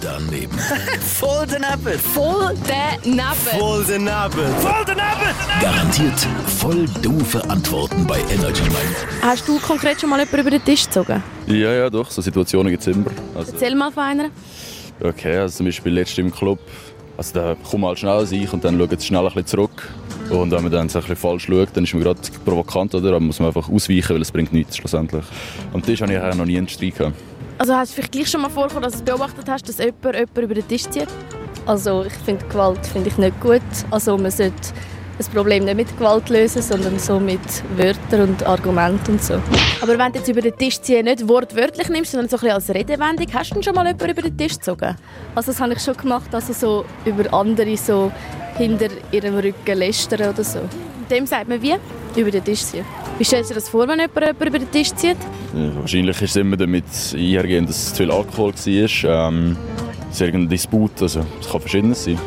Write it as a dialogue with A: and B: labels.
A: daneben.
B: Voll daneben.
C: Voll daneben.
B: Voll daneben. Voll daneben.
A: Garantiert voll doofe Antworten bei Energy Mike.
C: Hast du konkret schon mal jemanden über den Tisch gezogen?
D: Ja, ja, doch, so Situationen gibt es immer. Also,
C: Erzähl mal von einer.
D: okay, also zum Beispiel letztens im Club. Also da kommen halt schnell aus ich und dann schauen sie schnell ein bisschen zurück. Und wenn man dann so ein bisschen falsch schaut, dann ist man gerade provokant, oder? Dann muss man einfach ausweichen, weil es bringt nichts schlussendlich. Am Tisch habe ich auch noch nie einen Streit gehabt.
C: Also hast du vielleicht gleich schon mal vorgekommen, dass du es beobachtet hast, dass jemand jemanden über den Tisch zieht?
E: Also ich finde Gewalt finde ich nicht gut. Also man sollte das Problem nicht mit Gewalt lösen, sondern so mit Wörtern und Argumenten und so.
C: Aber wenn du jetzt über den Tisch ziehen nicht wortwörtlich nimmst, sondern so ein bisschen als Redewendung, hast du denn schon mal jemanden über den Tisch gezogen?
E: Also das habe ich schon gemacht, also so über andere so hinter ihrem Rücken lästern oder so.
C: Dem sagt man wie?
E: Über den Tisch ziehen.
C: Wie stellst du dir das vor, wenn jemand jemanden über den Tisch zieht?
D: Ja, Wahrscheinlich ist es immer damit einhergehend, dass es zu viel Alkohol war. Ähm, es ist irgendein Disput, also es kann verschiedenes sein.